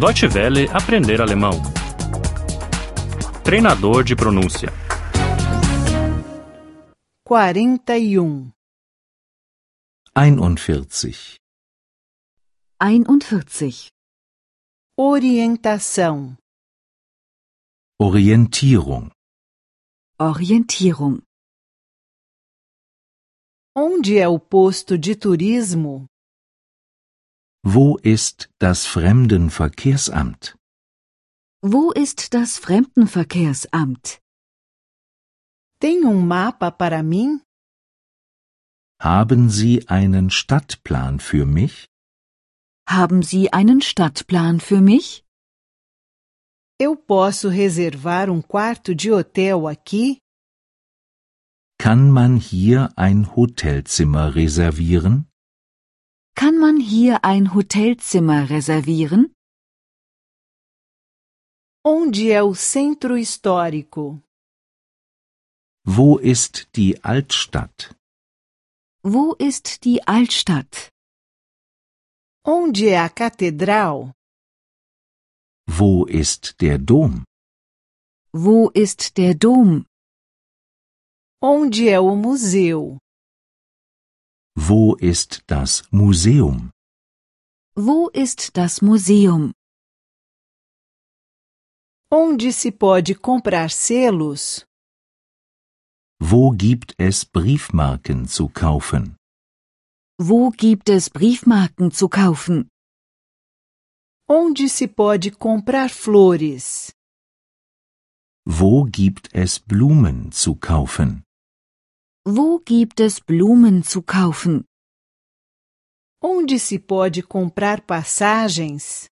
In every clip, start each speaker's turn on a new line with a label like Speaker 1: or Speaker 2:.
Speaker 1: Deutsche Welle aprender alemão. Treinador de pronúncia.
Speaker 2: 41.
Speaker 3: 41.
Speaker 4: 41.
Speaker 2: Orientação.
Speaker 3: Orientierung.
Speaker 4: Orientierung.
Speaker 2: Onde é o posto de turismo?
Speaker 3: Wo ist das Fremdenverkehrsamt?
Speaker 4: Wo ist das Fremdenverkehrsamt?
Speaker 2: Tem um mapa para mim?
Speaker 3: Haben Sie einen Stadtplan für mich?
Speaker 4: Haben Sie einen Stadtplan für mich?
Speaker 2: Eu posso reservar um quarto de hotel aqui?
Speaker 3: Kann man hier ein Hotelzimmer reservieren?
Speaker 4: Kann man hier ein Hotelzimmer reservieren?
Speaker 2: Onde é o centro histórico?
Speaker 3: Wo ist die Altstadt?
Speaker 4: Wo ist die Altstadt?
Speaker 2: Onde é a catedral?
Speaker 3: Wo ist der Dom?
Speaker 4: Wo ist der Dom?
Speaker 2: Onde é o museu?
Speaker 3: Wo ist das Museum?
Speaker 4: Wo ist das Museum?
Speaker 2: Onde se pode comprar selos?
Speaker 3: Wo gibt es Briefmarken zu kaufen?
Speaker 4: Wo gibt es Briefmarken zu kaufen?
Speaker 2: Onde se pode comprar flores?
Speaker 3: Wo gibt es Blumen zu kaufen?
Speaker 4: Wo gibt es Blumen zu kaufen?
Speaker 2: Onde se pode comprar passagens?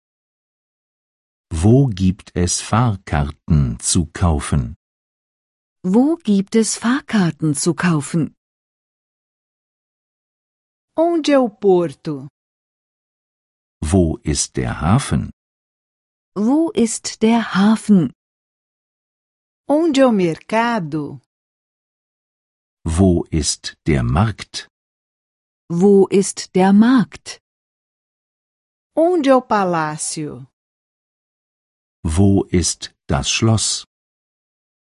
Speaker 3: Wo gibt es Fahrkarten zu kaufen?
Speaker 4: Wo gibt es Fahrkarten zu kaufen?
Speaker 2: Onde é o porto?
Speaker 3: Wo ist der Hafen?
Speaker 4: Wo ist der Hafen?
Speaker 2: Onde é o mercado?
Speaker 3: Wo ist der Markt?
Speaker 4: Wo ist der Markt?
Speaker 2: Onde é o palácio?
Speaker 3: Wo ist das Schloss?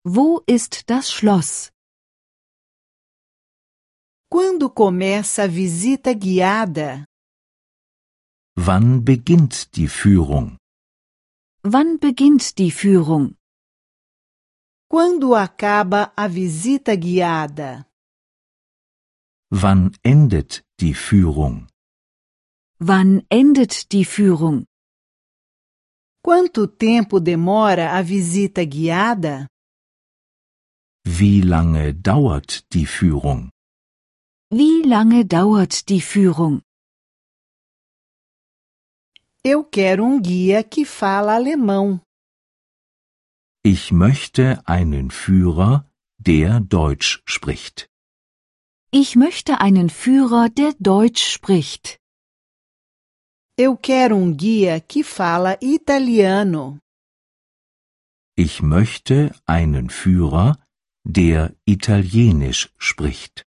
Speaker 4: Wo ist das Schloss?
Speaker 2: Quando começa a visita guiada?
Speaker 3: Wann beginnt die Führung?
Speaker 4: Wann beginnt die Führung?
Speaker 2: Quando acaba a visita guiada?
Speaker 3: Wann endet die Führung?
Speaker 4: Wann endet die Führung?
Speaker 2: Quanto tempo demora a visita guiada?
Speaker 3: Wie lange dauert die Führung?
Speaker 4: Wie lange dauert die Führung?
Speaker 2: Eu quero um guia que fala alemão.
Speaker 3: Ich möchte einen Führer, der Deutsch spricht.
Speaker 4: Ich möchte einen Führer, der Deutsch spricht.
Speaker 2: Eu quero um guia que fala italiano.
Speaker 3: Ich möchte einen Führer, der Italienisch spricht.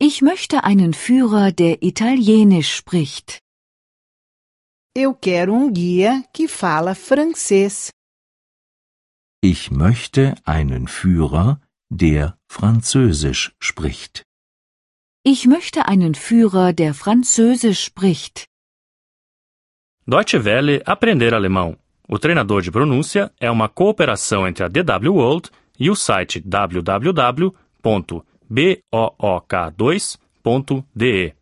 Speaker 4: Ich möchte einen Führer, der Italienisch spricht.
Speaker 2: Eu quero um guia que fala francês.
Speaker 3: Ich möchte einen Führer, der Französisch spricht.
Speaker 4: Ich möchte einen Führer, der Französisch spricht.
Speaker 1: Deutsche Welle aprender alemão. O treinador de pronúncia é uma cooperação entre a DW World e o site www.book2.de.